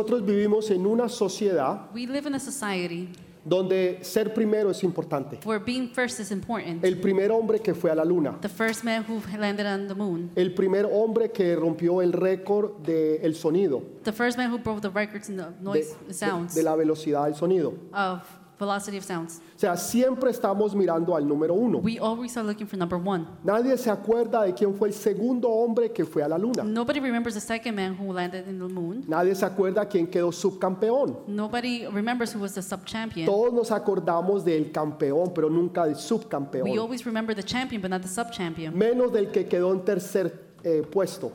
Nosotros vivimos en una sociedad We live in a society donde ser primero es importante. where being first is important. El primer hombre que fue a la luna, the first man who landed on the moon, el primer hombre que rompió el récord del sonido, the first man who broke the records in the de, noise de- sounds de la velocidad del sonido. of velocity of sounds. O sea, siempre estamos mirando al número uno. We always are looking for number one. Nadie se acuerda de quién fue el segundo hombre que fue a la luna. Nobody remembers the second man who landed in the moon. Nadie se acuerda quién quedó subcampeón. Nobody remembers who was the sub champion. Todos nos acordamos del campeón, pero nunca del We subcampeón. always remember the champion, but not the sub champion. Menos del que quedó en tercer eh, puesto.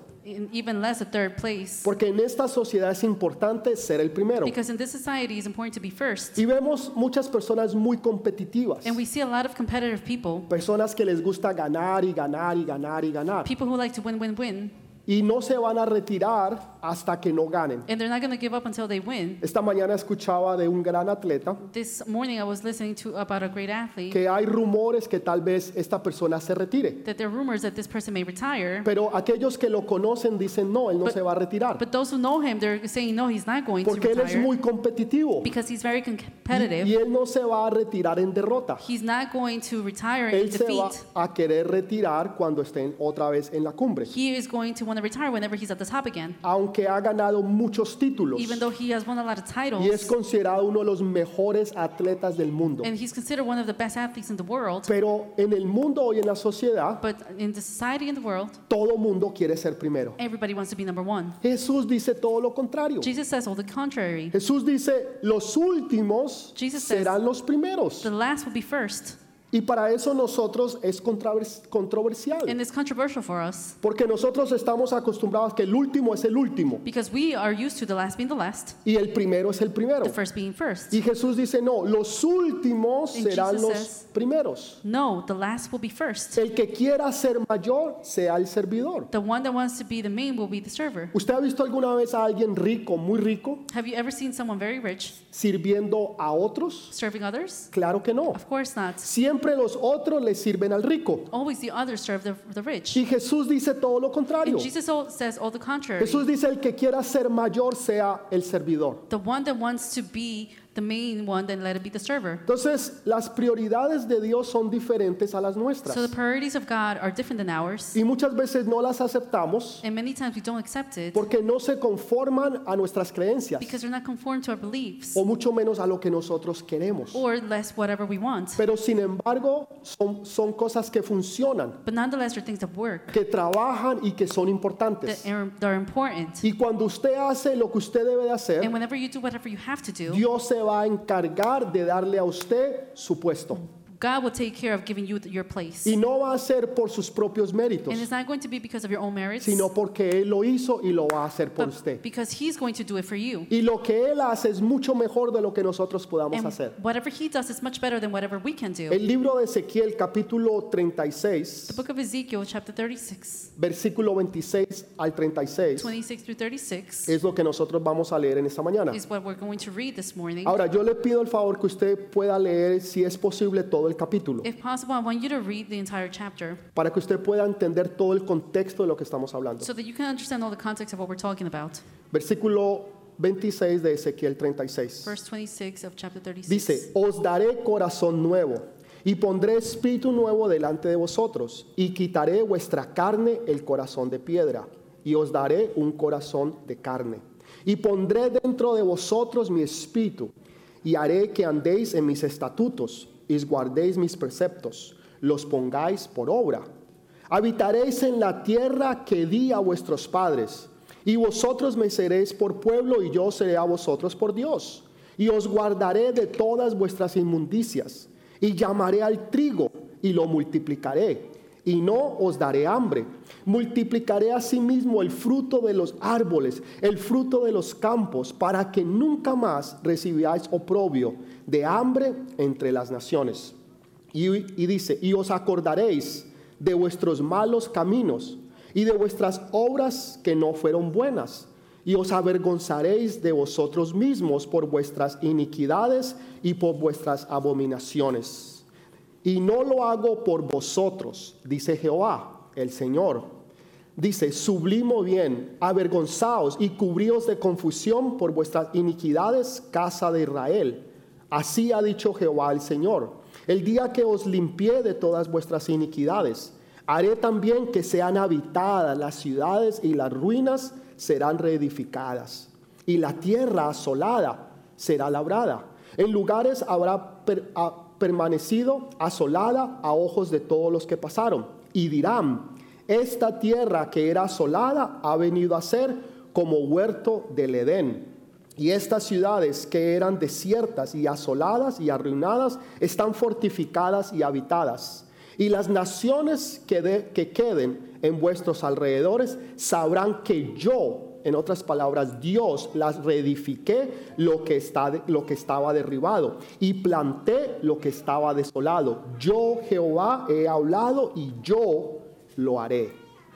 Even less the third place. Porque en esta sociedad es importante ser el primero. Because in this society, it's important to be first. Y vemos muchas personas muy competitivas. And we see a lot of competitive people, Personas que les gusta ganar y ganar y ganar y ganar. people who like to win, win, win, Y no se van a retirar hasta que no ganen. and they're not going to give up until they win. Esta mañana escuchaba de un gran atleta This morning I was listening to about a great athlete que hay rumores que tal vez esta persona se retire. that there are rumors that this person may retire, Pero aquellos que lo conocen dicen, no, él no But- se va a retirar. but those who know him they're saying no, he's not going to Porque él es retire muy competitivo. Y, because he's very competitive. y él no se va a retirar en derrota. He's not going to retire in Él se va defeat. a querer retirar cuando estén otra vez en la cumbre. He is going to want to retire whenever he's at the top again, aunque ha ganado muchos títulos even though he has won a lot of y es titles considerado uno de los mejores atletas del mundo. and he's considered one of the best athletes in the world. Pero en el mundo hoy en la sociedad, But in the society in the world, todo mundo quiere ser primero. everybody wants to be number one. Jesús dice todo lo contrario. Jesus says all the contrary. Jesús dice, los últimos Jesus says- serán los primeros. The last will be first, Y para eso nosotros es contravers- and controversial. it's controversial for us Porque nosotros estamos acostumbrados que el último es el último because we are used to the last being the last. y el primero es el primero. the first being first. Y Jesús dice, no, los últimos And serán Jesus los says- primeros. No, the last will be first. El que quiera ser mayor sea el servidor. The one that wants to be the main will be the server. ¿Usted ha visto alguna vez a alguien rico, muy rico, Have you ever seen someone very rich sirviendo a otros? serving others? Claro que no. Of course not. Siempre los otros le sirven al rico. Always the others serve the, the rich. Y Jesús dice todo lo contrario. And Jesus al- says all the contrary. Jesús dice el que quiera ser mayor sea el servidor. The one that wants to be the main one, then let it be the server. Entonces, las prioridades de Dios son diferentes a las So nuestras. the priorities of God are different than ours, Y muchas veces no las aceptamos and many times we don't accept it porque no se conforman a nuestras creencias because they're not conformed to our beliefs o mucho menos a lo que nosotros queremos. or less whatever we want. Pero sin embargo, son, son cosas que funcionan, But nonetheless, they're things that work, que trabajan y que son that importantes. are, that are important. Y cuando usted hace lo que usted debe de And hacer, whenever you do whatever you have to do, Dios se va a encargar de darle a usted su puesto. God will take care of giving you th- your place. Y And no va a ser por sus propios méritos, it's not going to be because of your own merits, sino porque Él lo hizo y lo va a hacer por but usted. because He's going to do it for you. Y lo que Él hace es mucho mejor de lo que nosotros podamos And hacer. whatever He does is much better than whatever we can do. El libro de Ezequiel capítulo The 36, book of Ezekiel, chapter 36, versículo 26 al 36, 26 through 36, es lo que nosotros vamos a leer en esta mañana. is what we're going to read this morning. Ahora, yo le pido el favor que usted pueda leer, si es posible, todo el capítulo, If possible, I want you to read the entire chapter para que usted pueda entender todo el contexto de lo que estamos hablando. so that you can understand all the context of what we're talking about. Versículo 26 de Ezequiel 36. Verse 26 of chapter 36. Dice, os daré corazón nuevo y pondré espíritu nuevo delante de vosotros y quitaré vuestra carne el corazón de piedra y os daré un corazón de carne y pondré dentro de vosotros mi espíritu y haré que andéis en mis estatutos y guardéis mis preceptos, los pongáis por obra. Habitaréis en la tierra que di a vuestros padres, y vosotros me seréis por pueblo, y yo seré a vosotros por Dios. Y os guardaré de todas vuestras inmundicias, y llamaré al trigo, y lo multiplicaré, y no os daré hambre. Multiplicaré asimismo el fruto de los árboles, el fruto de los campos, para que nunca más recibáis oprobio de hambre entre las naciones. Y, y dice, y os acordaréis de vuestros malos caminos y de vuestras obras que no fueron buenas. Y os avergonzaréis de vosotros mismos por vuestras iniquidades y por vuestras abominaciones. Y no lo hago por vosotros, dice Jehová, el Señor, Dice, sublimo bien, avergonzaos y cubríos de confusión por vuestras iniquidades, casa de Israel. Así ha dicho Jehová el Señor, el día que os limpié de todas vuestras iniquidades. Haré también que sean habitadas las ciudades y las ruinas serán reedificadas. Y la tierra asolada será labrada. En lugares habrá per- ha permanecido asolada a ojos de todos los que pasaron. Y dirán, esta tierra que era asolada ha venido a ser como huerto del Edén. Y estas ciudades que eran desiertas y asoladas y arruinadas están fortificadas y habitadas. Y las naciones que, de- que queden en vuestros alrededores sabrán que yo, en otras palabras, Dios las reedifiqué lo que, está de- lo que estaba derribado y planté lo que estaba desolado. Yo, Jehová, he hablado y yo lo haré.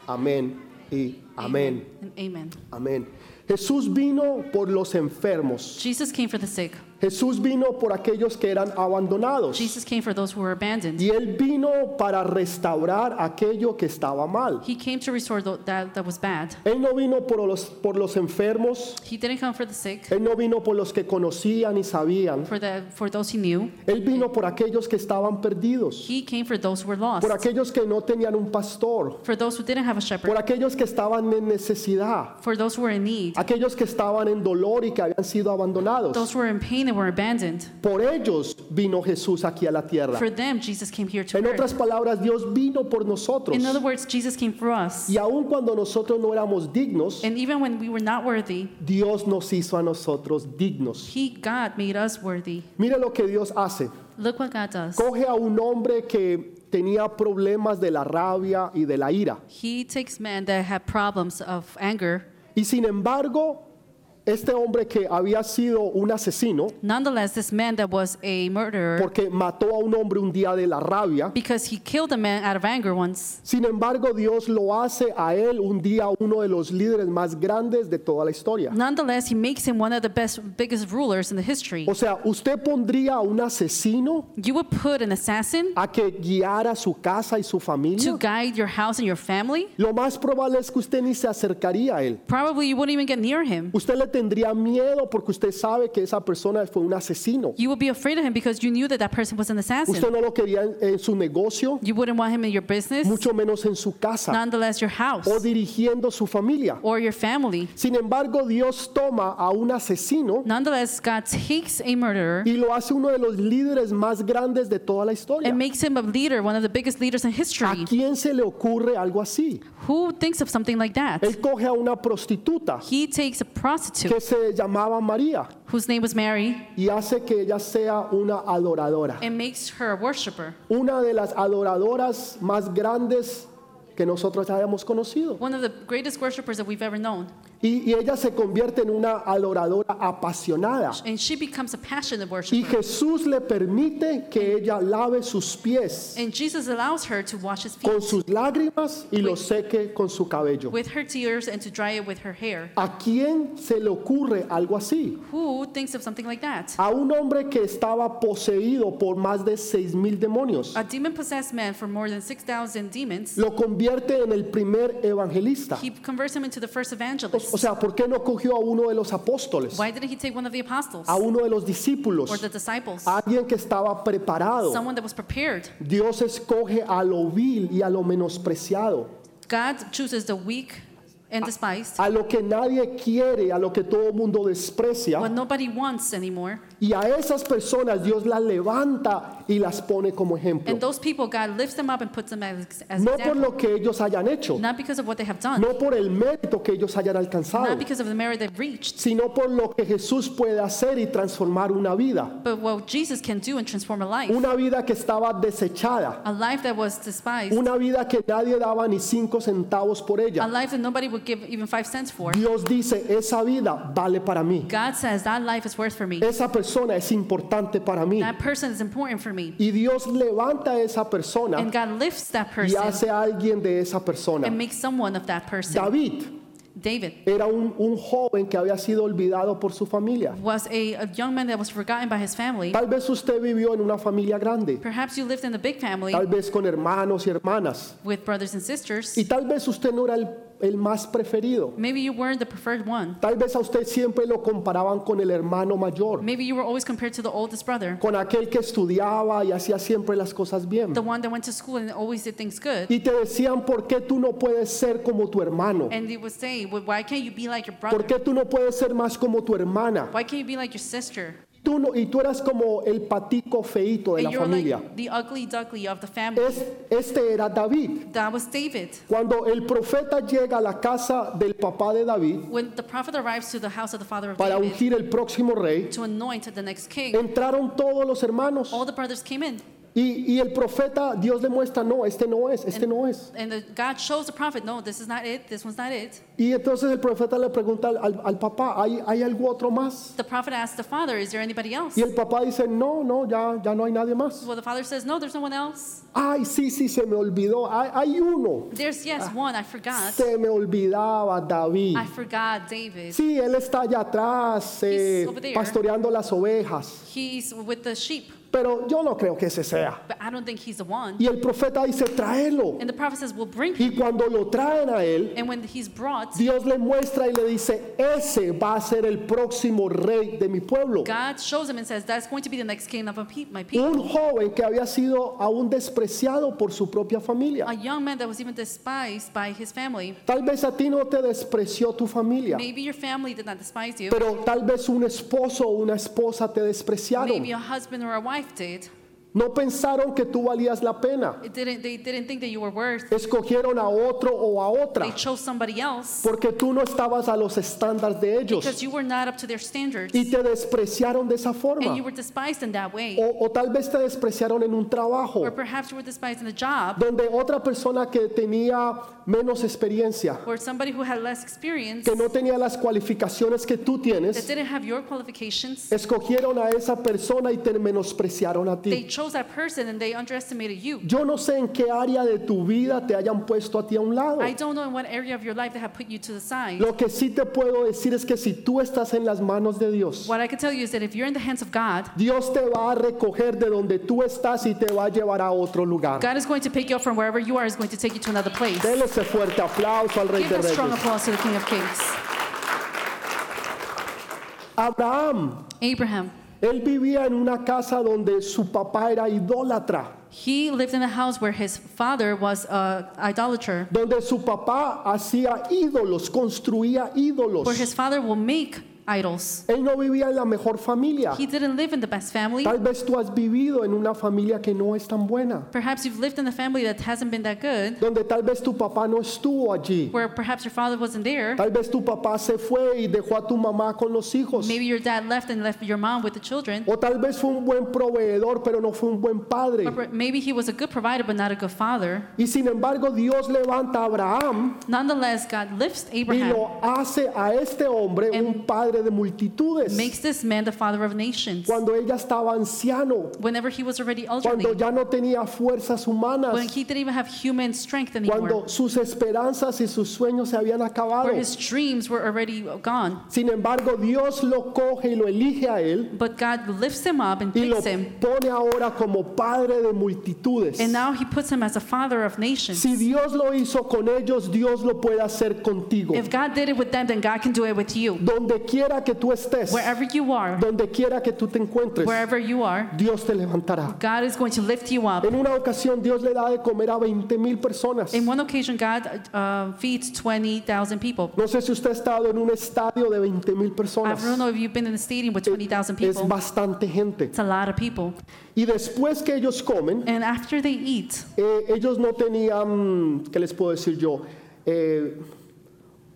Amén y amén. And amen. Amén. Jesús vino por los enfermos. Jesus came for the sick. Jesús vino por aquellos que eran abandonados. Jesus came for those who were abandoned. Y Él vino para restaurar aquello que estaba mal. He came to restore tho- that that was bad. Él no vino por los, por los enfermos. He didn't come for the sick, Él no vino por los que conocían y sabían. for the for those he knew. Él vino por aquellos que estaban perdidos. He came for those who were lost, Por aquellos que no tenían un pastor. for those who didn't have a shepherd, Por aquellos que estaban en necesidad. for those who were in need, Aquellos que estaban en dolor y que habían sido those abandonados. who were in pain and were abandoned. Por ellos vino Jesús aquí a la tierra. For them, Jesus came here to En earth. otras palabras, Dios vino por nosotros. In other words, Jesus came for us. Y aun cuando nosotros no éramos dignos, And even when we were not worthy, Dios nos hizo a nosotros dignos. He, God, made us worthy. Mire lo que Dios hace. Look what God does. Coge a un hombre que tenía problemas de la rabia y de la ira. He takes men that have problems of anger. Y sin embargo, este hombre que había sido un asesino, Nonetheless, this man that was a murderer, porque mató a un hombre un día de la rabia, because he killed a man out of anger once, sin embargo Dios lo hace a él un día uno de los líderes más grandes de toda la historia. nonetheless, he makes him one of the best, biggest rulers in the history. O sea, usted pondría a un asesino You would put an assassin a que guiara su casa y su familia. to guide your house and your family? Lo más probable es que usted ni se acercaría a él. Probably you wouldn't even get near him. Usted le tendría miedo porque usted sabe que esa persona fue un asesino. You would be afraid of him because you knew that that person was an Usted assassin. no lo quería en, en su negocio, You wouldn't want him in your business, mucho menos en su casa nonetheless, your house o dirigiendo su familia. or your family. Sin embargo, Dios toma a un asesino Nonetheless, God takes a murderer y lo hace uno de los líderes más grandes de toda la historia. and makes him a leader, one of the biggest leaders in ¿A history. quién se le ocurre algo así? Who thinks of something like that? Él coge a una prostituta He takes a prostitute que se llamaba María whose name was Mary y hace que ella sea una adoradora. and makes her a worshiper, una de las adoradoras más grandes que nosotros hayamos conocido. one of the greatest worshipers that we've ever known. Y, y ella se convierte en una adoradora apasionada. And she becomes a passionate Y worshiper. Jesús le permite que ella lave sus pies And Jesus allows her to wash his con feet sus lágrimas y los seque con su cabello. with her tears and to dry it with her hair. ¿A quién se le ocurre algo así? Who thinks of something like that? A un hombre que estaba poseído por más de seis mil demonios. A demon possessed man for more than 6,000 demons, Lo convierte en el primer evangelista. he converts him into the first O- o evangelist. sea, ¿por qué no cogió a uno de los apóstoles? Why didn't he take one of the apostles A uno de los or discípulos. the disciples? Alguien que estaba preparado. Someone that was prepared. Dios escoge a lo vil y a lo menospreciado, God chooses the weak and despised, a lo que nadie quiere, a lo que todo el mundo what desprecia. nobody wants anymore. Y a esas personas Dios las levanta y las pone como ejemplo. And those people, God lifts them up and puts them as, as No por example. lo que ellos hayan hecho, Not because of what they have done, no por el mérito que ellos hayan alcanzado, not because of the merit they've reached, sino por lo que Jesús puede hacer y transformar una vida. but what Jesus can do and transform a life. Una vida que estaba desechada, A life that was despised, una vida que nadie daba ni cinco centavos por a ella. life that nobody would give even five cents for. Dios dice, esa vida vale para mí. God says, That life is worth for me. Esa persona es importante para mí. That person is important for me. Y Dios levanta a esa persona And God lifts that y person hace a alguien de esa persona. and makes someone of that person. David David era un, un joven que había sido olvidado por su familia. was a, a young man that was forgotten by his family. Tal vez usted vivió en una familia grande, Perhaps you lived in a big family tal vez con hermanos y hermanas. with brothers and sisters, Y tal vez usted no era el el más preferido. Maybe you weren't the preferred one. Tal vez a usted siempre lo comparaban con el hermano mayor, Maybe you were always compared to the oldest brother, con aquel que estudiaba y hacía siempre las cosas bien. the one that went to school and always did things good. Y te decían, ¿por qué tú no puedes ser como tu hermano? And they would say, well, why can't you be like your ¿Por brother? qué tú no puedes ser más como tu hermana? Why can't you be like your sister? Tú no- y tú eras como el patico feito de And la you're familia. like the ugly duckly of the family. Es- este era David. That was David. Cuando el profeta llega a la casa del papá de David When the prophet arrives to the house of the father of para David ungir el próximo rey, to anoint the next king, entraron todos los hermanos. all the brothers came in. Y, y el profeta, Dios le muestra, no, este no es, este no es. And the, God shows the prophet, no, this is not it, this one's not it. Y entonces el profeta le pregunta al, al- al papá, ¿hay, ¿hay algo otro más? The prophet asks the father, is there anybody else? Y el papá dice, no, no, ya, ya no hay nadie más. Well, the father says, no, there's no one else. Ay, sí, sí, se me olvidó, hay, hay uno. There's, yes, one, I forgot. Se me olvidaba David. I forgot David. Sí, él está allá atrás eh, He's over there. pastoreando las ovejas, He's with the sheep, pero yo no creo que ese sea. but I don't think he's the one. Y el profeta dice, tráelo. And the prophet says, we'll bring him. Y cuando lo traen a él, And when he's brought, Dios le muestra y le dice, ese va a ser el próximo rey de mi pueblo. God shows him and says, that's going to be the next king of my pe- my people. Un joven que había sido aún despreciado por su propia familia. A young man that was even despised by his family. Tal vez a ti no te despreció tu familia, Maybe your family did not despise you. pero tal vez un esposo o una esposa te despreciaron. Maybe a husband or a wife did. No pensaron que tú valías la pena. It didn't, they didn't think that you were worth. Escogieron a otro o a They otra chose somebody else porque tú no estabas a los estándares de because ellos you were not up to their standards. y te despreciaron de esa forma. And you were despised in that way. O, o tal vez te despreciaron en un trabajo Or perhaps you were despised in the job donde otra persona que tenía menos experiencia, or somebody who had less experience que no tenía las cualificaciones que tú that tienes, didn't have your qualifications. escogieron a esa persona y te menospreciaron a They ti. chose that person and they underestimated you. Yo no sé en qué área de tu vida te hayan puesto a ti a un lado. I don't know in what area of your life they have put you to the side. Lo que sí te puedo decir es que si tú estás en las manos de Dios, What I can tell you is that if you're in the hands of God, Dios te va a recoger de donde tú estás y te va a llevar a otro lugar. God is going to pick you up from wherever you are, is going to take you to another place. Dele ese fuerte aplauso al Rey Give de a Reyes. strong applause to the King of Kings. Abraham, Abraham, él vivía en una casa donde su papá era idólatra. he lived in a house where his father was an idolater, donde su papá hacía ídolos, construía ídolos. where his father will make idols. Él no vivía en la mejor familia. He didn't live in the best family. Tal vez tú has vivido en una familia que no es tan buena, Perhaps you've lived in a family that hasn't been that good, donde tal vez tu papá no estuvo allí. where perhaps your father wasn't there. Tal vez tu papá se fue y dejó a tu mamá con los hijos. Maybe your dad left and left your mom with the children. O tal vez fue un buen proveedor, pero no fue un buen padre. Or maybe he was a good provider but not a good father. Y sin embargo, Dios levanta a Abraham Nonetheless, God lifts y Abraham, lo hace a este hombre un padre de multitudes. makes this man the father of nations. Cuando ella estaba anciano, Whenever he was already elderly, cuando ya no tenía fuerzas humanas, when he didn't even have human strength anymore, cuando sus esperanzas y sus sueños se habían acabado. where his dreams were already gone. Sin embargo, Dios lo coge y lo elige a él But God lifts him up and y lo picks him, pone ahora como padre de multitudes. and now he puts him as a father of nations. Si Dios lo hizo con ellos, Dios lo puede hacer contigo. If God did it with them, then God can do it with you. Donde quiera que tú estés, Wherever you are, donde quiera que tú te encuentres, wherever you are, Dios te levantará. God is going to lift you up. En una ocasión Dios le da de comer a 20 mil personas. In one occasion, God uh, feeds 20,000 people. No sé si usted ha estado en un estadio de 20 mil I personas. don't know if you've been in a stadium with 20,000 Es people. bastante gente. It's a lot of people. Y después que ellos comen, And after they eat, Eh, ellos no tenían, ¿qué les puedo decir yo? Eh,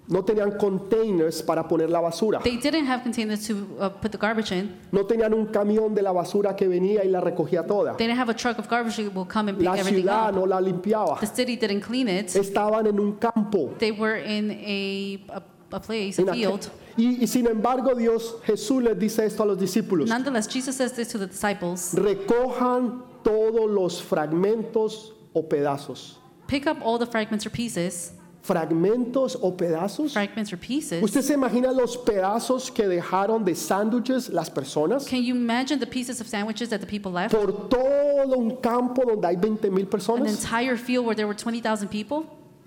no tenían containers para poner la basura. they didn't have containers to uh, put the garbage in. No tenían un camión de la basura que venía y la recogía toda. They didn't have a truck of garbage that will come and pick La everything ciudad up. no la limpiaba. The city didn't clean it. Estaban en un campo. They were in a, a, a place, en a aquel- field. Y, y sin embargo, Dios, Jesús les dice esto a los discípulos. Nonetheless, Jesus says this to the disciples Recojan todos los fragmentos o pedazos. Pick up all the fragments or pieces. ¿Fragmentos o pedazos? Fragments or pieces. ¿Usted se imagina los pedazos que dejaron de sándwiches las personas? Can you imagine the pieces of sandwiches that the people left? por todo un campo donde hay 20 mil An personas. entire field where there were 20,000 people?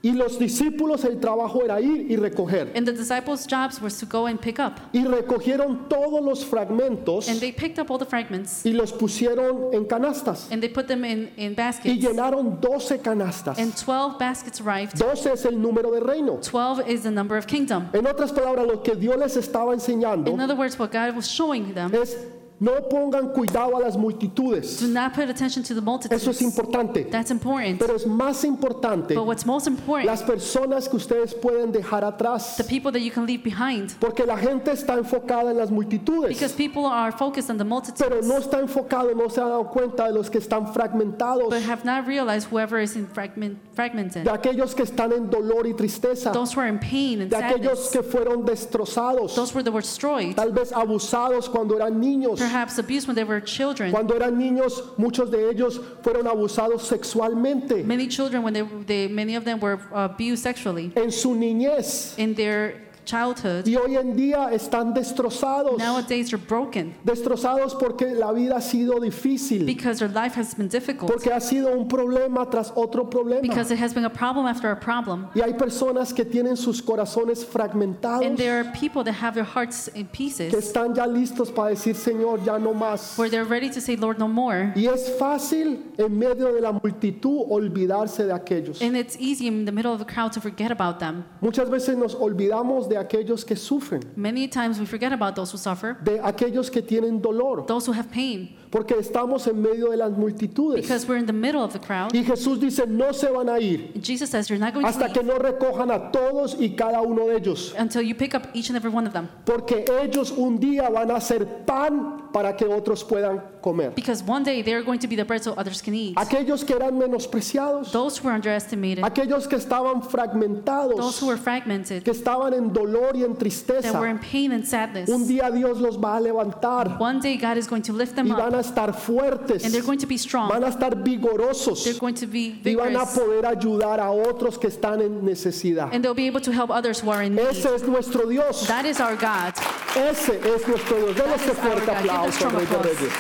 Y los discípulos el trabajo era ir y recoger. And the disciples' jobs was to go and pick up. Y recogieron todos los fragmentos And they picked up all the fragments y los pusieron en canastas. and they put them in, in Y baskets. llenaron 12 canastas. And 12 baskets arrived. 12 es el número de reino. 12 is the number of kingdom. En otras palabras, lo que Dios les estaba enseñando In other words, what God was showing them, es no pongan cuidado a las multitudes. do not put attention to the Eso es multitudes. importante. That's important. Pero es más importante But what's most important, las personas que ustedes pueden dejar atrás. the people that you can leave behind. Porque la gente está enfocada en las Because multitudes, people are focused on the pero multitudes, no está enfocado, no se ha dado cuenta de los que están fragmentados, but have not realized whoever is in fragment, fragmented. de aquellos que están en dolor y tristeza, Those who are in pain and de aquellos sadness. que fueron destrozados, Those were the were destroyed. tal vez abusados cuando eran niños. Perhaps abused when they were children. Cuando eran niños, muchos de ellos fueron abusados sexualmente. Many children, when they, they many of them were uh, abused sexually En su niñez in their childhood. y hoy en día están destrozados, Nowadays, they're broken destrozados porque la vida ha sido difícil, because their life has been difficult. porque ha sido un problema tras otro problema. Because it has been a problem after a problem. Y hay personas que tienen sus corazones fragmentados, And que there are people that have their hearts in pieces están ya listos para decir, Señor, ya no más. where they're ready to say, Lord, no more. Y es fácil en medio de la multitud olvidarse de aquellos. And it's easy in the middle of the crowd to forget about them. Muchas veces nos olvidamos de aquellos que sufren, Many times we forget about those who suffer, de aquellos que tienen dolor, those who have pain, porque estamos en medio de las multitudes. because we're in the middle of the crowd. Y Jesús dice, no se van a ir And Jesus says, You're not going to hasta que leave no recojan a todos y cada uno de ellos, until you pick up each and every one of them, porque ellos un día van a hacer pan para que otros puedan comer. because one day they are going to be the bread so others can eat. Aquellos que eran menospreciados, Those who are underestimated, aquellos que estaban those fragmentados, who are fragmented, que estaban en dolor y en that were tristeza, in pain and sadness, un día Dios los va a levantar one day God is going to lift them y up, van a estar fuertes, and they're going to be strong, van a estar they're vigorosos going to be y van a vigorous, poder ayudar a otros que están en necesidad. and they'll be able to help others who are in need. Ese es nuestro Dios, That is our God. ese es nuestro Dios. Denle That este is our fuerte God. Give us aplauso, strong Rey de applause. Reyes.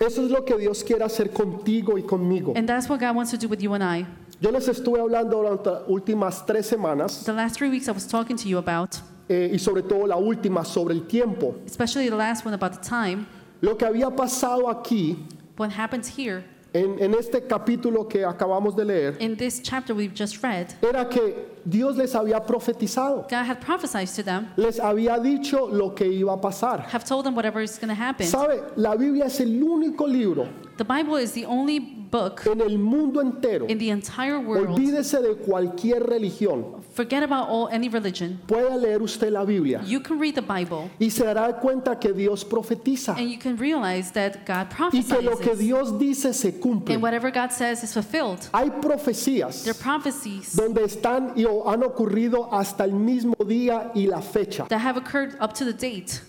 Eso es lo que Dios quiere hacer contigo y conmigo. And that's what God wants to do with you and I. Yo les estuve hablando durante las últimas tres semanas The last three weeks I was talking to you about, eh, y sobre todo la última sobre el tiempo. especially the last one about the time, Lo que había pasado aquí, what happens here en, en este capítulo que acabamos de leer, in this chapter we've just read. era que Dios les había profetizado, God had prophesied to them, les había dicho lo que iba a pasar. have told them whatever is going to happen. ¿Sabe? La Biblia es el único libro The Bible is the only book en el mundo entero. in the entire world. Olvídese de cualquier religión. Forget about all any religion. Pueda leer usted la Biblia You can read the Bible y se dará cuenta que Dios profetiza and you can realize that God y que lo que prophesies. Dios dice se cumple. And whatever God says is fulfilled. Hay profecías Their prophecies donde están y o han ocurrido hasta el mismo día y la fecha that have occurred up to the date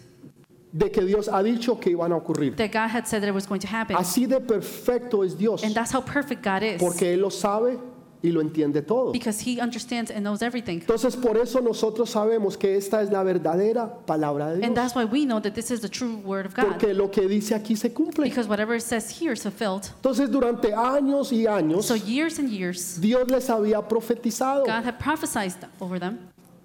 de que Dios ha dicho que iban a ocurrir. that God had said that it was going to happen. Así de perfecto es Dios, And that's how perfect God is. porque Él lo sabe y lo entiende todo. Because he understands and knows everything. Entonces por eso nosotros sabemos que esta es la verdadera palabra de Dios, And that's why we know that this is the true word of God. porque lo que dice aquí se cumple. Because whatever it says here is fulfilled. Entonces durante años y años So years and years, Dios les había profetizado God had prophesied over them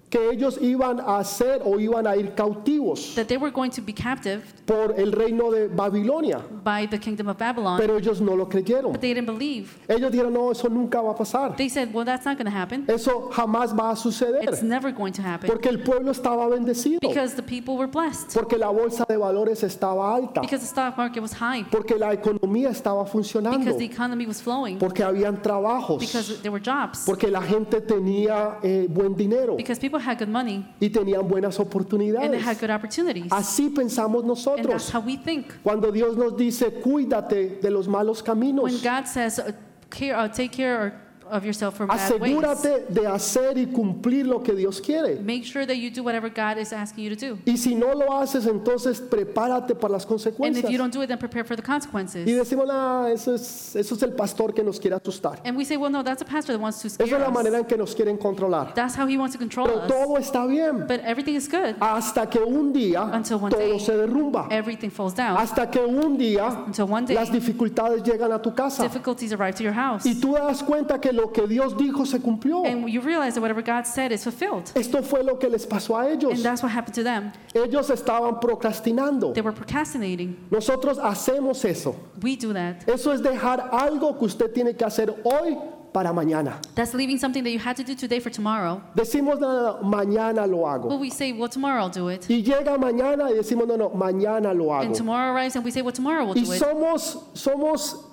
que ellos iban a ser o iban a ir cautivos that they were going to be captive por el reino de Babilonia, by the kingdom of Babylon. pero ellos no lo creyeron. But they didn't believe. Ellos dijeron, no, eso nunca va a pasar. They said, well, that's not going to happen. Eso jamás va a It's suceder. never going to happen. Porque el pueblo estaba bendecido. Because the people were blessed. Porque la bolsa de valores estaba alta. Because the stock market was high. Porque la economía estaba funcionando. Because the economy was flowing. Porque habían trabajos. Because there were jobs. Porque la gente tenía eh, buen dinero Because people had good money y tenían buenas and they oportunidades. had good opportunities. Así pensamos And that's nosotros. how we think. Cuando Dios nos dice, cuídate de los malos When caminos. God says, uh, care, uh, take care or- of yourself from bad ways, Asegúrate de hacer y cumplir lo que Dios quiere. make sure that you do whatever God is asking you to do. Y si no lo haces, entonces prepárate para las And if consecuencias. you don't do it, then prepare for the Y consequences. decimos, ah, eso es, eso es el pastor que nos quiere asustar. And we say, well, no, that's a pastor that wants to Esa scare es la manera us. en que nos quieren controlar. That's how he wants to control Pero us. todo Ah, está bien But everything is good. hasta que un día Until one todo day. se derrumba. Everything falls down Hasta que un día until one day las dificultades llegan a tu casa. difficulties arrive to your house. Y tú das cuenta que lo que Dios dijo se cumplió. And you realize that whatever God said is fulfilled. Esto fue lo que les pasó a ellos. And that's what happened to them. Ellos estaban procrastinando. They were procrastinating. Nosotros hacemos eso. We do that. Eso es dejar algo que usted tiene que hacer hoy para mañana. That's leaving something that you had to do today for tomorrow. Decimos, "No, no, no, mañana lo hago. But we say, well, tomorrow I'll do it. Y llega mañana y decimos, no, no, mañana lo hago. And tomorrow arrives and we say, well, tomorrow we'll Y do it. somos, somos,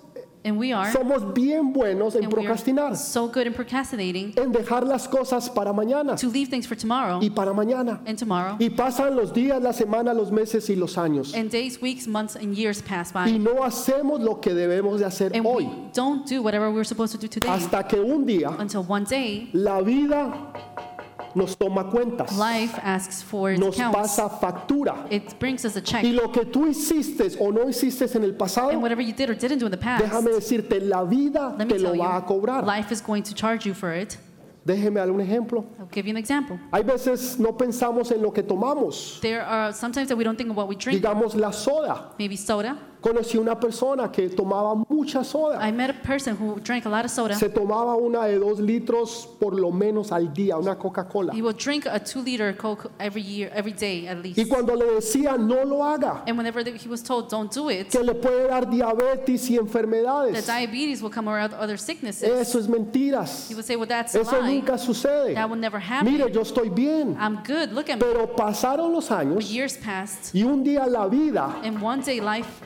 And we are. somos bien buenos en and we are procrastinar, so good in procrastinating en dejar las cosas para mañana to leave things for tomorrow y para mañana. and tomorrow. Y pasan los días, las semanas, los meses y los años. And days, weeks, months, and years pass Y by. no hacemos lo que debemos de hacer And we hoy. don't do whatever we're supposed to do today Hasta que un día until one day la vida nos toma cuentas, life asks for its nos accounts. pasa factura. It brings us a check. Y lo que tú hiciste o no hiciste en el pasado, And whatever you did or didn't do in the past, déjame decirte, la vida let te me lo tell va a you, cobrar. life is going to charge you for it. Déjeme dar un ejemplo. I'll give you an example. Hay veces no pensamos en lo que tomamos. There are sometimes that we don't think of what we drink, Digamos la soda. maybe soda. Conocí una persona que tomaba mucha soda. I met a person who drank a lot of soda. Se tomaba una de dos litros por lo menos al día, una Coca-Cola. He will drink a two liter Coke every year, every day at least. Y cuando le decía no lo haga, And whenever th- he was told, don't do it, que le puede dar diabetes y the enfermedades, diabetes will come or oth- other sicknesses. eso es mentiras. He would say, well, that's a Eso lie. nunca sucede. That will never happen. Mire, yo estoy bien. I'm good. Look at me. Pero pasaron los But años years passed, y un día la vida and one day life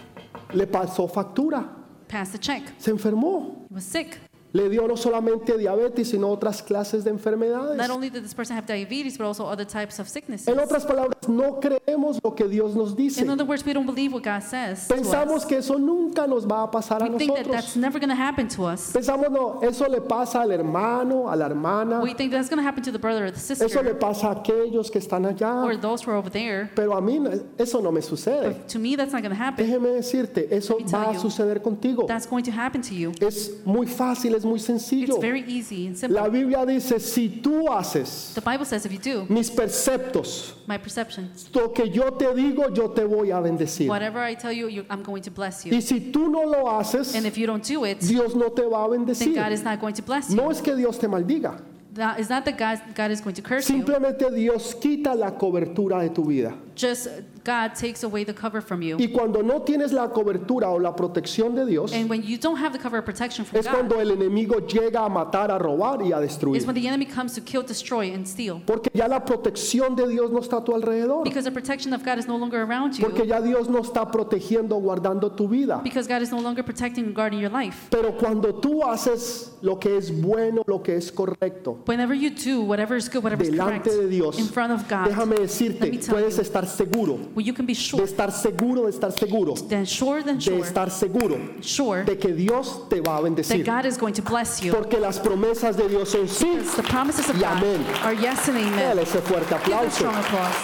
le pasó factura. passed a check. Se enfermó. He was sick. Le dio no solamente diabetes, sino otras clases de enfermedades. Not only did this person have diabetes, but also other types of sicknesses. En otras palabras, no creemos lo que Dios nos dice. In other words, we don't believe what God says. to Pensamos us. que eso nunca nos va a pasar a We think that nosotros. that's never going to happen to us. Pensamos, no, eso le pasa al hermano, a la hermana, We think that's going to happen to the brother or the eso le sister pasa a aquellos que están or allá. those who are over there. Pero a mí no- eso no me sucede. But to me, that's not going to happen. Déjeme decirte, eso Let me va tell a you. suceder contigo. That's going to happen to you. Es muy fácil, es muy sencillo. It's very easy and simple. La Biblia dice, si tú haces The Bible says if you do, mis preceptos, my perception, lo que yo te digo, yo te voy a bendecir. whatever I tell you, you I'm going to bless you. Y si tú no lo haces, And if you don't do it, Dios no te va a then bendecir. God is not going to bless you. No es que Dios te maldiga, That- It's not that God, God is going to curse you. simplemente Dios quita la cobertura de tu vida. Just God takes away the cover from you. Y cuando no tienes la cobertura o la protección de Dios, And when you don't have the cover of protection from es God, cuando el enemigo llega a matar, a robar y a is destruir. when the enemy comes to kill, destroy, and steal. Porque ya la protección de Dios no está a tu alrededor. Because the protection of God is no longer around Porque you. ya Dios no está protegiendo, guardando tu vida. Because God is no longer protecting and guarding your life. Pero cuando tú haces lo que es bueno, lo que es correcto, Whenever you do whatever is good, whatever is correct, delante de Dios, in front of God, déjame decirte, Let me tell puedes you. estar seguro, well, you can be de sure, estar seguro, de estar seguro, then sure, then de sure, estar seguro sure, de que Dios te va a that bendecir. God is going to bless you. Porque las promesas de Dios son sí. Because the promises of Y God amén. are yes and amen. Dale ese fuerte Give a aplauso. strong applause.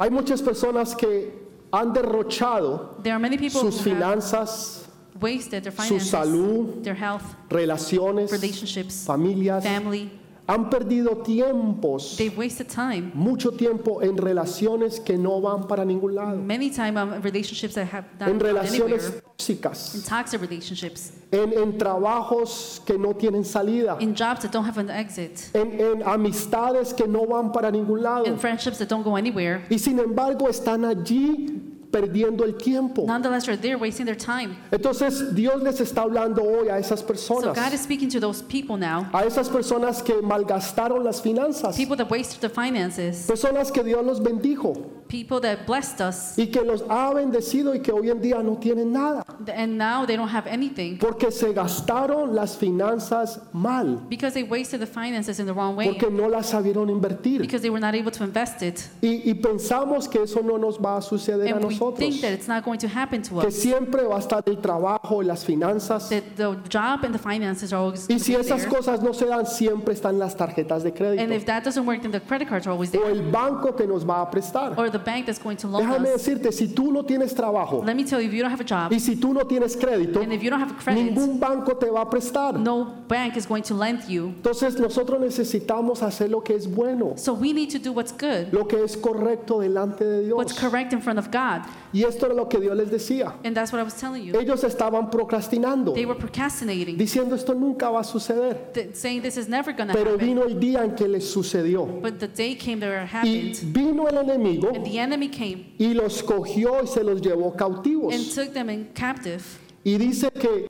Hay muchas personas que han derrochado There are many people sus who have finanzas, wasted their su finances, salud, their health, relaciones, relationships, familias. family. Han perdido tiempos, They've wasted time. mucho tiempo en relaciones que no van para ningún lado, Many time um, relationships that have not en gone anywhere. relaciones In tóxicas, toxic relationships. en, en trabajos que no tienen salida, In jobs that don't have an exit. en, en amistades que no van para ningún lado. In friendships that don't go anywhere. Y sin embargo están allí perdiendo el tiempo. Nonetheless, they're there wasting their time. Entonces Dios les está hablando hoy a esas So God personas, is speaking to those people now. a esas personas que malgastaron las finanzas, People that wasted their finances. personas que Dios los bendijo People that blessed us. y que los ha bendecido y que hoy en día no tienen nada, And now they don't have anything. porque se gastaron las finanzas mal, Because they wasted the finances in the wrong way. porque no las sabieron invertir. Because they were not able to invest it. Y, y pensamos que eso no nos va a suceder a And we think nosotros, that it's not going to happen to que us. siempre va a estar el trabajo, las finanzas. That the job and the finances are always Y going si to be esas there. cosas no se dan, siempre están las tarjetas de And crédito if that doesn't work, then the credit cards are always there. o el banco que nos va a prestar. Or the bank that's going to loan Oh. Déjame us. decirte, si tú no tienes trabajo Let me tell you, if you don't have a job, y si tú no tienes crédito, and if you don't have a credit, ningún banco te va a prestar. no bank is going to lend you. Entonces nosotros necesitamos hacer lo que es bueno, So we need to do what's good, lo que es correcto delante de what's Dios. correct in front of God. Y esto era lo que Dios les decía. And that's what I was telling you. Ellos estaban procrastinando, They were procrastinating, diciendo esto nunca va a suceder. th- saying this is never going to Pero happen. vino el día en que les sucedió. But the day came that it Y happened, vino el enemigo and the enemy came y los cogió y se los llevó cautivos. and took them in captive. Y dice que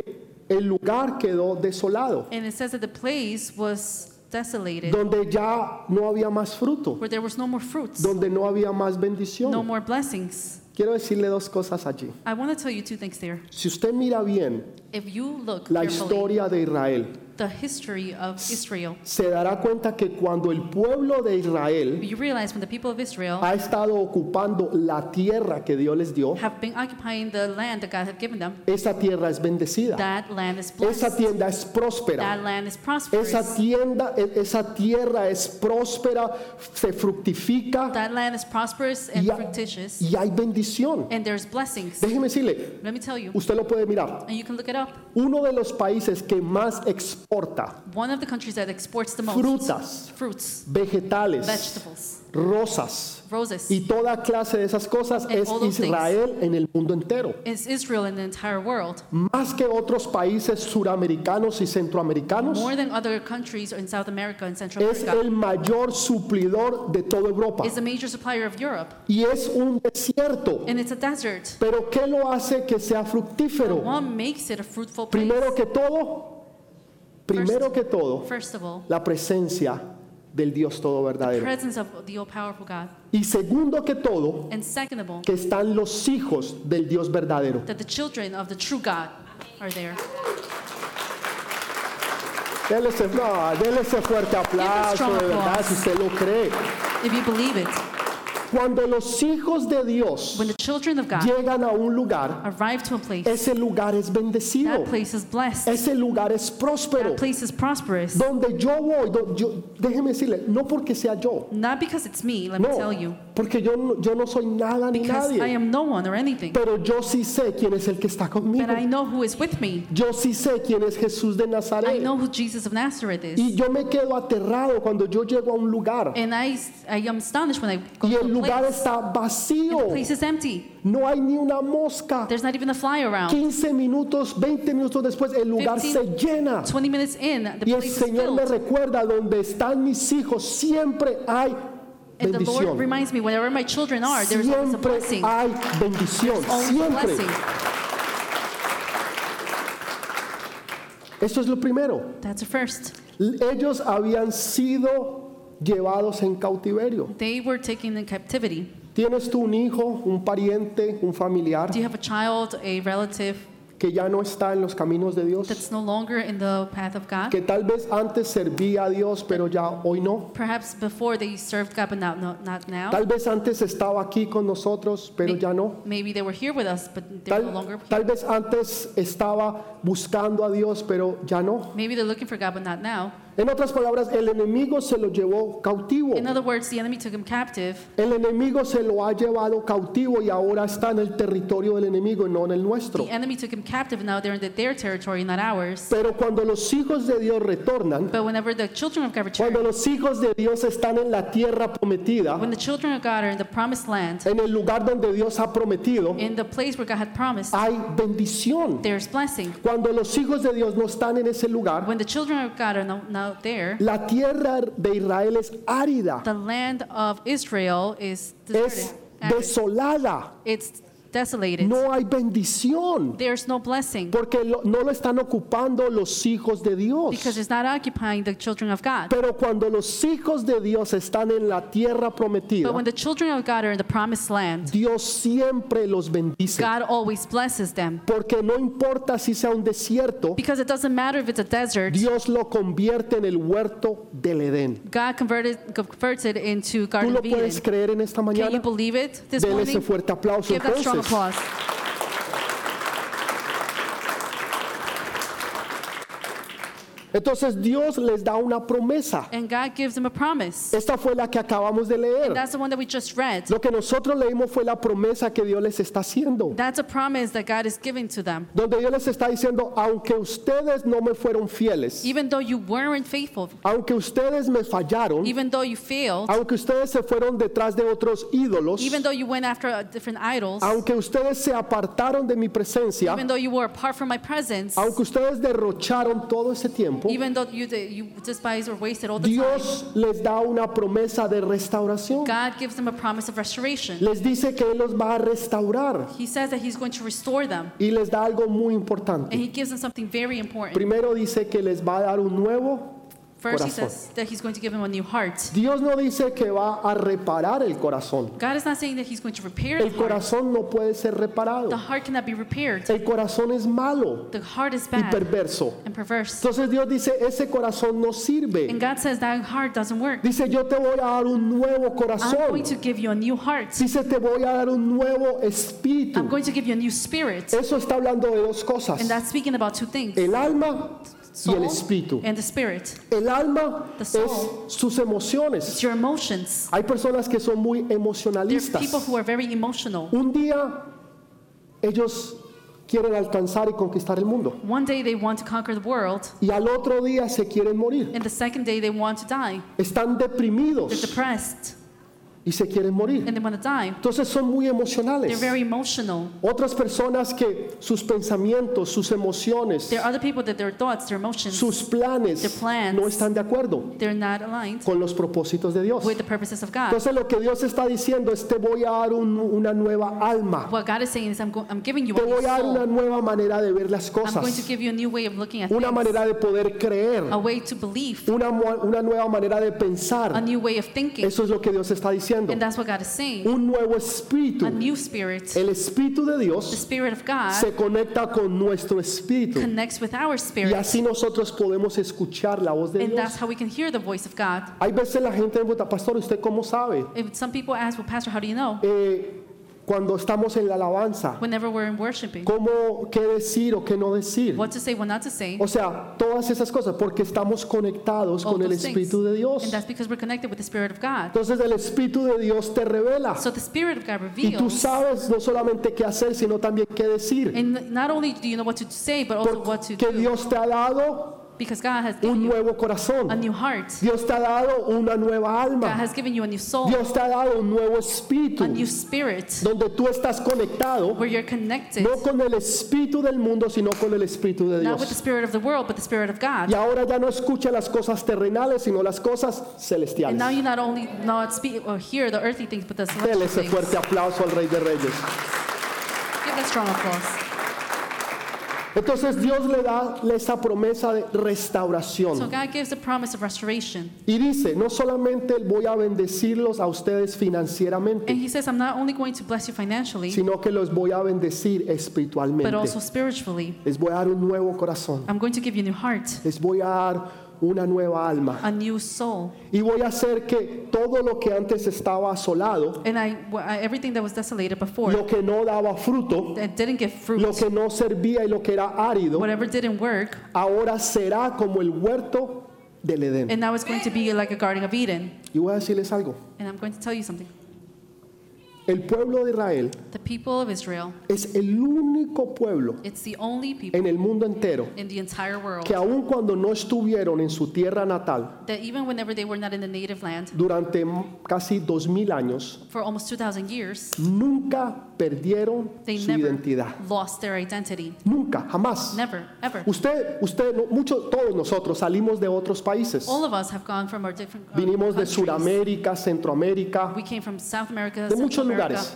el lugar quedó desolado, And it says that the place was desolated, donde ya no había más fruto, where there was no more fruits, donde no había más Pues, no bendición. more blessings. Quiero decirle dos cosas allí. I want to tell you two things there. Si usted mira bien If you look la carefully, historia de Israel, the history of Israel, se dará cuenta que cuando el pueblo de Israel you realize when the people of Israel ha estado ocupando la tierra que Dios les dio, have been occupying the land that God had given them, esa tierra es bendecida, that land is esa blessed, tienda es próspera, that land is prosperous, esa tienda, e- esa tierra es próspera, se fructifica that land is prosperous and y, ha- fructitious, y hay bendición. and there's blessings. Déjeme decirle, Let me tell you, usted lo puede mirar. and you can look it up. Uno de los países que más exporta One of the countries that exports the most frutas, fruits, vegetales, vegetables, rosas roses. y toda clase de esas cosas And es all those things. Israel en el mundo entero. It's Israel and the entire world, Más que otros países suramericanos y centroamericanos, more than other countries in South America and Central es America. el mayor suplidor de toda Europa It's a major supplier of Europe, y es un desierto. and it's a desert. Pero ¿qué lo hace que sea fructífero? What makes it a fruitful place? Primero que todo, primero que todo, First of all, la presencia del Dios todo verdadero. presence of the all-powerful God, Y segundo que todo, and second of all, que están los hijos del Dios verdadero. that the children of the true God are there. Dele ese, no, dele ese fuerte aplauso, de verdad, si usted lo cree. If you believe it, Cuando los hijos de Dios when the children of God llegan a un lugar, arrive to a place, ese lugar es bendecido, that place is blessed. ese lugar es próspero. That place is prosperous. Donde yo voy, do- yo, déjeme decirle, no porque sea yo, Not because it's me, let me tell you. no, porque yo, no- yo no soy nada ni Because I nadie, am no one or anything. pero yo sí sé quién es el que está conmigo. But I know who is with me. Yo sí sé quién es Jesús de I Nazaret. know who Jesus of Nazareth Y is. yo me quedo aterrado cuando yo llego a un lugar And I, I am astonished when I go y to el a lugar place. está And vacío. the place is empty. No hay ni una mosca. There's not even a fly around. 15 minutos, 20 minutos después, el lugar 15 se llena. 20 minutes in, the Y el place is Señor me filled. recuerda, donde están mis hijos, siempre hay And the Lord bendición. reminds me, wherever my children are, there's always a Siempre blessing. hay bendición. Always a Siempre. blessing. Esto es lo primero. That's a first. L- Ellos habían sido llevados en cautiverio. They were taken in captivity. Tienes tú un hijo, un pariente, un familiar Do you have a child, a relative que ya no está en los caminos de Dios, that's no longer in the path of God? que tal vez antes servía a Dios, pero ya hoy no. Perhaps before they served God, but not, not, not now. Tal vez antes estaba aquí con nosotros, pero May- ya no. Maybe they were here with us, but they're no longer Tal, tal here. vez antes estaba buscando a Dios, pero ya no. Maybe they're looking for God, but not now. En otras palabras, el enemigo se lo llevó cautivo. In other words, the enemy took him captive. El enemigo se lo ha llevado cautivo y ahora está en el territorio del enemigo y no en el nuestro. The enemy took him captive, and now they're in the, their territory, not ours. Pero cuando los hijos de Dios retornan, But whenever the children of God return, cuando los hijos de Dios están en la tierra prometida, when the children of God are in the promised land, en el lugar donde Dios ha prometido, in the place where God had promised, hay bendición. there's blessing. Cuando los hijos de Dios no están en ese lugar, When the children of God are no, not there, la tierra de Israel es árida, the land of Israel is es deserted. desolada, It's desolated. no hay bendición, There's no blessing porque lo- no lo están ocupando los hijos de Dios. because it's not occupying the children of God. Pero cuando los hijos de Dios están en la tierra prometida, But when the children of God are in the promised land, Dios siempre los bendice. God always blesses them. Porque no importa si sea un desierto, Because it doesn't matter if it's a desert, Dios lo convierte en el huerto del Edén. God converted, converts it into ¿Tú Garden lo of Eden. puedes creer en esta Can you mañana? believe it this Dele ese morning? fuerte aplauso Give that strong entonces. applause. Entonces Dios les da una promesa. And God gives them a promise. Esta fue la que acabamos de leer. That's the one that we just read. Lo que nosotros leímos fue la promesa que Dios les está haciendo. That's a promise that God is giving to them. Donde Dios les está diciendo, aunque ustedes no me fueron fieles, Even though you weren't faithful, aunque ustedes me fallaron, even though you failed, aunque ustedes se fueron detrás de otros ídolos, even though you went after uh, different idols, aunque ustedes se apartaron de mi presencia, even though you were apart from my presence, aunque ustedes derrocharon todo ese tiempo, even though you, you despised or wasted all the time, Dios les da una promesa de restauración. God gives them a promise of restoration. Les dice que Él los va a restaurar He says that He's going to restore them, y les da algo muy and importante. He gives them something very important. Primero dice que les va a dar un nuevo. First, He corazón. says that He's going to give them a new heart. Dios no dice que va a reparar el corazón. God is not saying that He's going to repair El the heart. corazón no puede ser reparado. The heart cannot be repaired. El corazón es malo The heart is y bad perverso. and perverse. Entonces Dios dice, ese corazón no sirve. And God says that heart doesn't work. Dice, yo te voy a dar un nuevo I'm corazón. going to give you a new heart. Dice, te voy a dar un nuevo I'm espíritu. going to give you a new spirit. Eso está hablando de dos cosas. And that's speaking about two things El alma y el espíritu. and the spirit. El alma The es soul. sus emociones. It's your emotions. Hay personas que son muy There's people emocionalistas. who are very emotional. Un día ellos quieren alcanzar y conquistar el mundo. One day they want to conquer the world, Y al otro día se quieren morir. and the second day they want to die. Están They're deprimidos depressed y se quieren morir. and they want to die. Entonces son muy They're emocionales. very emotional. Otras personas que sus pensamientos, sus emociones, There are other people that their thoughts, their emotions, sus Their planes plans. no están de acuerdo they're not aligned con los propósitos de Dios. with the purposes of God. Entonces lo que Dios está diciendo es te voy a dar un- una nueva alma, What God is saying is, I'm, go- I'm giving you te a new voy a dar una soul. nueva manera de ver las I'm going to cosas, give you a new way of looking at una things, manera de poder creer, a way to believe, una, mu- una nueva manera de a pensar. new way of thinking. Eso es lo que Dios está diciendo. And that's what God is saying. Un nuevo espíritu. A new spirit. El espíritu de The Dios spirit of God se conecta con nuestro espíritu connects with our y spirit. así nosotros podemos escuchar la voz de And Dios. that's how we can hear the voice of God. Hay veces la gente me pregunta, pastor, ¿usted cómo sabe? If some people ask, well, Pastor, how do you know? Eh, cuando estamos en la alabanza, Whenever we're in worshiping, ¿cómo qué decir o qué no decir? what to say, what not to say. O sea, todas esas cosas, porque estamos conectados all con el those things. Espíritu de Dios. And that's because we're connected with the spirit of God. Entonces el Espíritu de Dios te revela So the spirit of God y tú reveals. sabes no solamente qué hacer, sino también qué decir. And not only do you know what to say, but also what to Porque do. Dios te ha dado Because God has given un you nuevo corazón. a new heart. Dios te ha dado una nueva God alma. has given you a new soul, Dios te ha dado un nuevo espíritu. a new spirit, Donde tú estás conectado where you're connected, no con el espíritu del mundo, sino con el espíritu de not with the Dios. spirit of the world, but the spirit of God. Y ahora ya no escucha las cosas terrenales, sino las cosas And now celestiales. you not only not speak or hear the earthly things, but the Dele celestial ese things. fuerte aplauso al Rey de Reyes. Give that strong applause. Entonces Dios le da esa promesa de So restauración. God gives the promise of restoration. Y dice, no solamente voy a bendecirlos a ustedes And financieramente, he says, I'm not only going to bless you financially, sino que los voy a bendecir but espiritualmente. also spiritually. Les voy a dar un nuevo corazón. I'm going to give you a new heart, Les voy a dar una nueva alma. a new soul. Y voy a hacer que todo lo que antes estaba asolado, And I, wh- I- everything that was desolated before, lo que no daba fruto, that didn't give lo fruit, que no servía y lo que era árido, whatever didn't work, ahora será como el huerto del Edén. and now it's going to be like a Garden of Eden. Y voy a decirles algo. And I'm going to tell you something. El pueblo de Israel The people of Israel, es el único pueblo it's the only people en el mundo entero in the entire world que aun cuando no estuvieron en su tierra natal that even whenever they were not in the native land durante m- casi dos mil años, for almost 2,000 years, nunca perdieron They su never identidad. lost their identity. Nunca, jamás. Never, ever. Usted, usted, no, muchos, todos nosotros salimos de otros países. All of us have gone from our different our Vinimos de countries. Sudamérica, Centroamérica. We came from South America, De Central muchos America, lugares.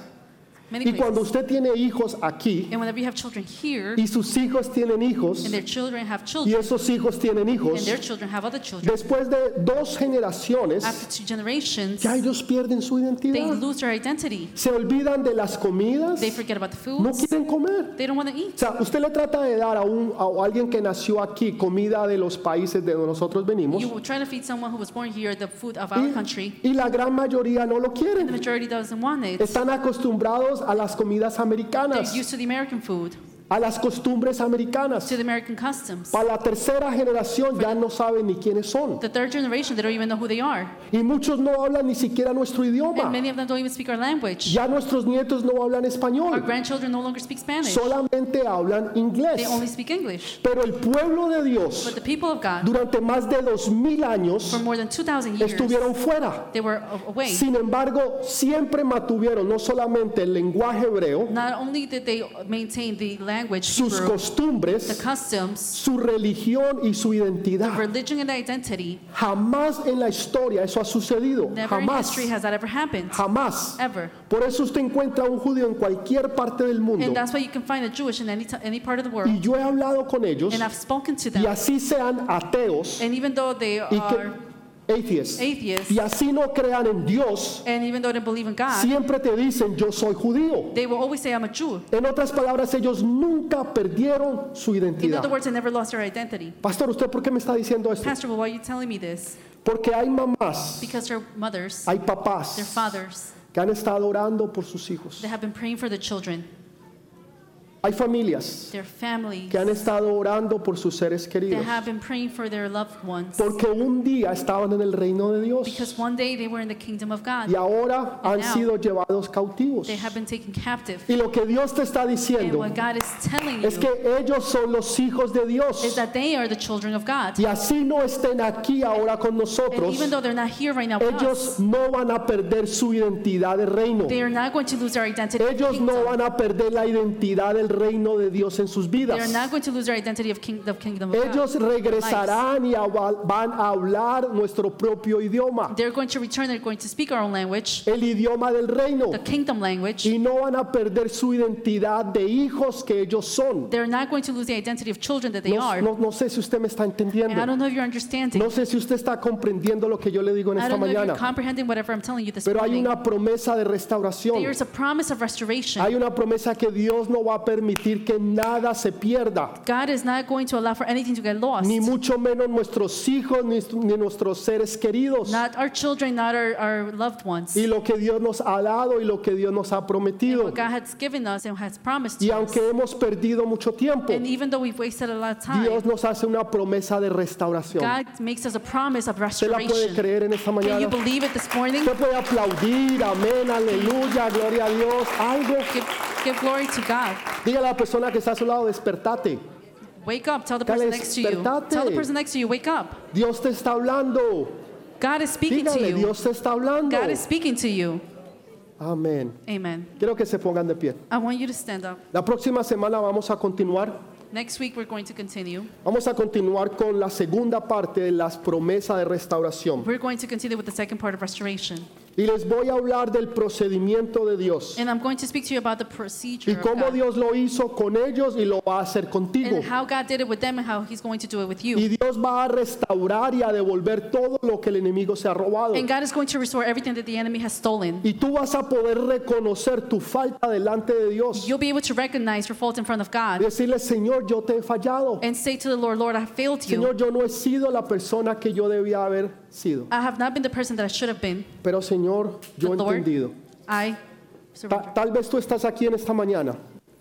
Many Y cuando places. usted tiene hijos aquí And whenever you have children here, y sus hijos tienen hijos and their children have y children, esos hijos tienen and hijos, their children have other children, después de dos generaciones, after two generations, ya ellos pierden su they identidad. lose their identity. Se olvidan de las comidas, They forget about the no foods. quieren comer. They don't want to O eat. sea, usted le trata de dar a, un, a alguien que nació aquí comida de los países de donde nosotros venimos You will try to feed someone who was born here the food of our country. y, y la gran mayoría no lo The quieren. majority doesn't want it. Están acostumbrados a las comidas They're americanas, used to the American food, a las costumbres americanas. to the American customs. Para la tercera generación ya no saben ni quiénes son. The third generation, they don't even know who they are. Y muchos no hablan ni siquiera nuestro And idioma. many of them don't even speak our language. Ya nuestros nietos no hablan Our español. grandchildren no longer speak Spanish. Solamente hablan They inglés. only speak English. Pero el pueblo de Dios But the people of God, durante más de dos mil for años more than 2,000 years, estuvieron fuera. they were a- away. Sin embargo, siempre mantuvieron no solamente el lenguaje hebreo, Not only did they maintain the language, sus Hebrew, the costumbres, customs, su religión y su identidad. religion and identity, Jamás en la historia eso ha sucedido. never in Jamás. history has that ever happened. Jamás. Ever. Por eso usted encuentra a un judío en cualquier parte del mundo. And that's why you can find a Jewish in any, t- any part of the world. Y yo he hablado con ellos And I've spoken to y them. así sean ateos And even though they y are que atheists, atheists, y así no crean en Dios, and even though they believe in God, siempre te dicen yo soy judío. they will always say, I'm a Jew. En otras palabras, ellos nunca perdieron su In identidad. other words, they never lost their identity. Pastor, ¿usted por qué me está diciendo esto? Pastor, well, why are you telling me this? Porque hay mamás, Because their mothers, hay their papás fathers, que han estado orando por sus hijos. they have been praying for their children, Hay familias their family, que han estado orando por sus seres they queridos. have been praying for their loved ones. Porque un día estaban en el reino de Dios Because one day they were in the kingdom of God. y ahora han sido llevados cautivos. They have been taken captive. Y lo que Dios te está And diciendo what God is telling es you que ellos son los hijos de is Dios. that they are the children of God. Y así no estén aquí ahora con And nosotros, even though they're not here right now with us, ellos no van a perder su identidad de reino. they are not going to lose their identity of Ellos no kingdom. van a perder la identidad del reino de Dios en sus They are vidas. not going to lose their identity of king, the kingdom of Ellos God. regresarán y aval- van a hablar nuestro propio idioma, They're going to return. They're going to speak our own language, el idioma del reino. the kingdom language. Y no van a perder su identidad de hijos que ellos son. They're not going to lose the identity of children that they No, are. no- no sé si usted me está And I entendiendo. don't know if you're understanding. No sé si usted está comprendiendo lo que yo le digo en I esta don't know if you're mañana. comprehending whatever I'm telling you this Pero hay morning. una promesa de restauración. There's a promise of restoration. Hay una promesa que Dios no va a permitir que nada se pierda. God is not going to allow for anything to get lost. ni mucho menos nuestros hijos ni, ni nuestros seres queridos Not our children, not our, our loved ones. y lo que Dios nos ha dado y lo que Dios nos ha And prometido what God has given us and has promised y to us. aunque hemos perdido mucho tiempo And even though we've wasted a lot of time, Dios nos hace una promesa de restauración God makes us a promise of ¿usted la puede restoration. creer en esta Can you mañana? believe it this morning? usted puede aplaudir amén, aleluya, gloria a Dios algo, Give, give glory to God. dígale a la persona que está a su lado despertate, Wake up. Tell the Dale, person next to you. despertate. Tell the person next to you, wake up. Dios te está hablando God is speaking to dígale, you. Dios te está hablando God is speaking to you. amén, Amen. quiero que se pongan de pie I want you to stand up. la próxima semana vamos a continuar Next week, we're going to continue. Vamos a continuar con la segunda parte de las promesas de restauración. We're going to continue with the second part of restoration. Y les voy a hablar del procedimiento de Dios And I'm going to speak to you about the y procedure of cómo God, Dios lo hizo con ellos y lo va a hacer contigo. and how God did it with them and how He's going to do it with you. Y Dios va a restaurar y a devolver todo lo que el enemigo se ha robado. And God is going to restore everything that the enemy has stolen. Y tú vas a poder reconocer tu falta delante de Dios. You'll be able to recognize your fault in front of God Decirle, Señor, yo te he fallado. and say to the Lord, Lord, I failed you. Señor, yo no he sido la persona que yo debía haber sido. I have not been the person that I should have been. Pero Señor, yo he But Lord, entendido. I surrender. Ta- tal vez tú estás aquí en esta mañana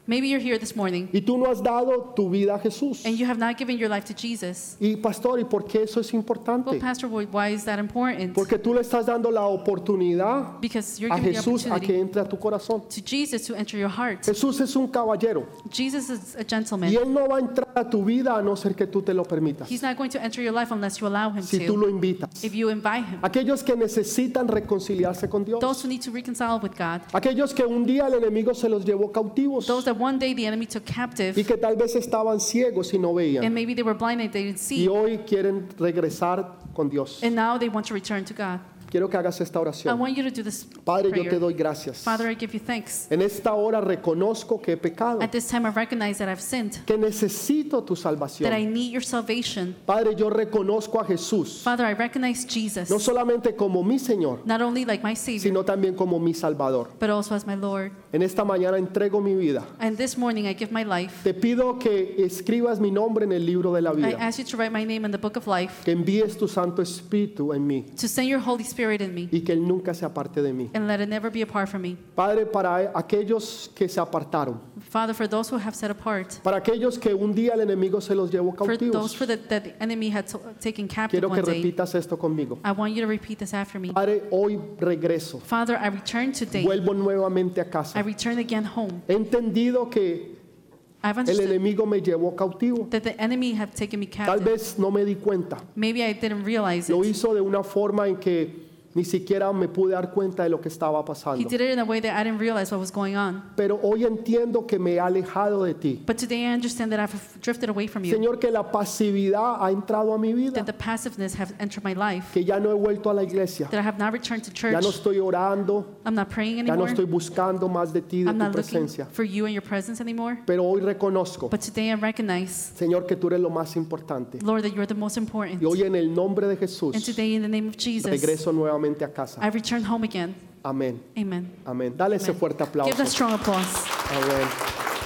Maybe you're here this morning y tú no has dado tu vida a Jesús. and you have not given your life to Jesus. Y pastor, ¿y por qué eso es Well, importante? Pastor Boyd, why is that important? Porque tú le estás dando la oportunidad Because you're a giving the Jesús a que opportunity entre a tu corazón. to Jesus to enter your heart. Jesús es un caballero Jesus is a y gentleman. él no va a entrar a tu vida a no ser que tú te lo permitas, He's not going to enter your life unless you allow him si tú to. lo invitas. If you invite him. Aquellos que necesitan reconciliarse con Dios, Those who need to reconcile with God. aquellos que un día el enemigo se los llevó cautivos Those that one day the enemy took captive y que tal vez estaban ciegos y no and veían maybe they were blind and they didn't y see. hoy quieren regresar con Dios. And now they want to return to God. Quiero que hagas esta I oración. want you to do this Padre, yo te prayer. doy gracias. Father, I give you thanks. En esta hora reconozco que he pecado. At this time, I recognize that I've sinned, que necesito tu that I salvación. need your salvation. Padre, yo reconozco a Jesús, Father, I recognize Jesus, no solamente como mi Señor, not only like my Savior, sino también como mi Salvador. but also as my Lord. En esta mañana entrego mi vida. And this morning, I give my life. Te pido que escribas mi nombre en el libro de la I vida, ask you to write my name in the book of life, que envíes tu Santo Espíritu en mí to send your Holy Spirit in me, y que Él nunca se aparte de mí. and let it never be apart from me. Padre, para aquellos que se apartaron, Father, for those who have set apart, para aquellos que un día el enemigo se los llevó for those cautivos, for the, that the enemy had t- taken captive quiero que one day, repitas esto conmigo. I want you to repeat this after me. Padre, hoy regreso, Father, I return today. vuelvo nuevamente a I casa. return again home. He entendido que I've el understood enemigo me llevó cautivo. that the enemy had taken me Tal captive. vez no me di cuenta. Maybe I didn't realize Lo it. hizo de una forma en que ni siquiera me pude dar cuenta de lo que estaba He pasando. did it in a way that I didn't realize what was going on. Pero hoy entiendo que me he alejado de ti. But today I understand that I've drifted away from you, Señor, que la pasividad ha entrado a mi vida, that the passiveness has entered my life, que ya no he vuelto a la iglesia, that I have not returned to ya church. no estoy orando, I'm not praying ya no anymore. estoy buscando más de ti, de I'm tu not looking presencia. for you and your presence anymore. Pero hoy reconozco, But today I recognize, Señor, que tú eres lo más importante. Lord, that you're the most important. Y hoy en el nombre de Jesús And today, in the name of Jesus, regreso nuevamente a casa. I return home again. Amén, Amen. amén. Dale ese Amen. fuerte Give aplauso. that strong applause. Amén.